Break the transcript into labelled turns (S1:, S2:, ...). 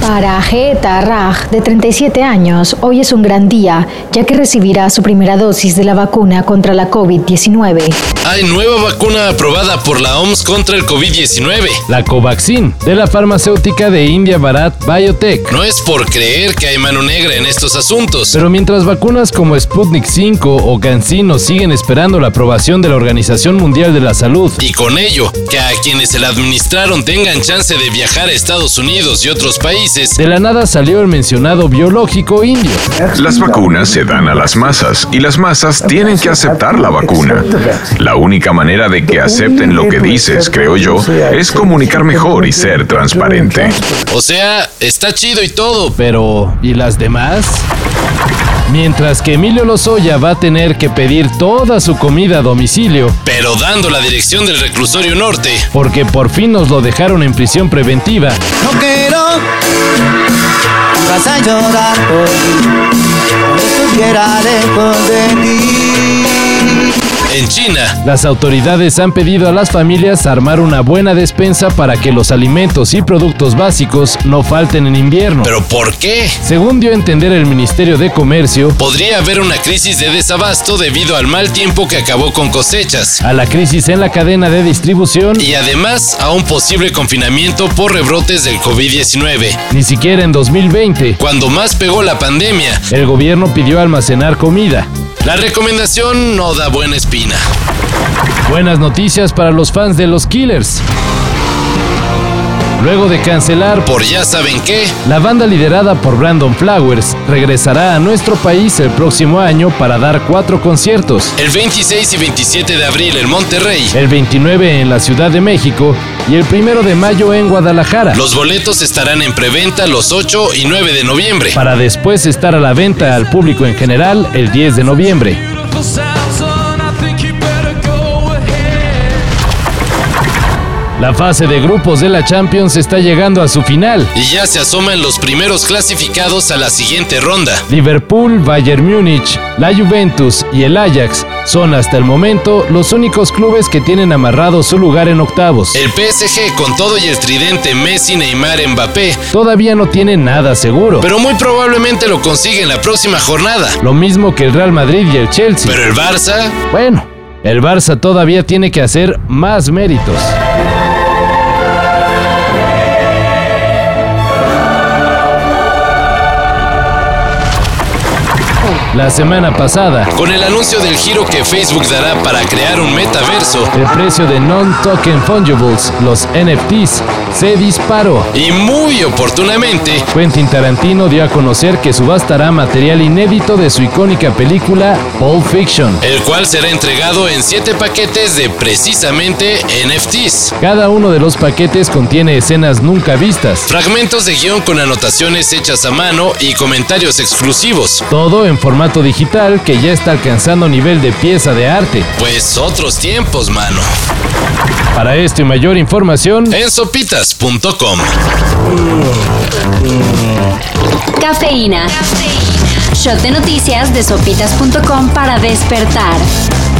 S1: Para E Geta Raj, de 37 años, hoy es un gran día, ya que recibirá su primera dosis de la vacuna contra la COVID-19.
S2: Hay nueva vacuna aprobada por la OMS contra el COVID-19.
S3: La Covaxin, de la farmacéutica de India Bharat Biotech.
S2: No es por creer que hay mano negra en estos asuntos.
S3: Pero mientras vacunas como Sputnik 5 o CanSino siguen esperando la aprobación de la Organización Mundial de la Salud,
S2: Y con ello, que a quienes se la administraron tengan chance de viajar a Estados Unidos y otros países,
S3: de la nada salió el mencionado biológico indio.
S4: Las vacunas se dan a las masas y las masas tienen que aceptar la vacuna. La única manera de que acepten lo que dices, creo yo, es comunicar mejor y ser transparente.
S2: o sea, está chido y todo,
S3: Pero, ¿y las demás? Mientras que Emilio Lozoya va a tener que pedir toda su comida a domicilio,
S2: pero dando la dirección del reclusorio norte.
S3: porque por fin nos lo dejaron en prisión preventiva,
S5: No quiero, vas a llorar por mí, no estuviera lejos de ti.
S2: En China,
S3: las autoridades han pedido a las familias armar una buena despensa para que los alimentos y productos básicos no falten en invierno.
S2: ¿pero por qué?
S3: Según dio a entender el Ministerio de Comercio,
S2: Podría haber una crisis de desabasto debido al mal tiempo que acabó con cosechas.
S3: a la crisis en la cadena de distribución,
S2: Y además a un posible confinamiento por rebrotes del COVID-19.
S3: ni siquiera en 2020,
S2: Cuando más pegó la pandemia,
S3: el gobierno pidió almacenar comida.
S2: la recomendación no da buena espina.
S3: Buenas noticias para los fans de los Killers. Luego de cancelar
S2: Por ya saben qué,
S3: La banda liderada por Brandon Flowers regresará a nuestro país el próximo año para dar cuatro conciertos,
S2: el 26 y 27 de abril en Monterrey,
S3: el 29 en la Ciudad de México y el 1 de mayo en Guadalajara,
S2: los boletos estarán en preventa los 8 y 9 de noviembre.
S3: para después estar a la venta al público en general el 10 de noviembre. La fase de grupos de la Champions está llegando a su final.
S2: Y ya se asoman los primeros clasificados a la siguiente ronda.
S3: Liverpool, Bayern Múnich, la Juventus y el Ajax son hasta el momento los únicos clubes que tienen amarrado su lugar en octavos.
S2: El PSG con todo y el tridente Messi, Neymar, Mbappé,
S3: Todavía no tiene nada seguro,
S2: pero muy probablemente lo consigue en la próxima jornada.
S3: lo mismo que el Real Madrid y el Chelsea.
S2: Pero el Barça,
S3: Bueno, el Barça todavía tiene que hacer más méritos. La semana pasada,
S2: con el anuncio del giro que Facebook dará para crear un metaverso,
S3: El precio de non-token fungibles, los NFTs, se disparó.
S2: y muy oportunamente,
S3: Quentin Tarantino dio a conocer que subastará material inédito de su icónica película Pulp Fiction.
S2: el cual será entregado en 7 paquetes de precisamente NFTs.
S3: Cada uno de los paquetes contiene escenas nunca vistas,
S2: Fragmentos de guión con anotaciones hechas a mano y comentarios exclusivos.
S3: todo en formato digital que ya está alcanzando nivel de pieza de arte.
S2: Pues otros tiempos, mano.
S3: Para esto y mayor información,
S2: En sopitas.com.
S6: Cafeína. Shot de noticias de sopitas.com para despertar.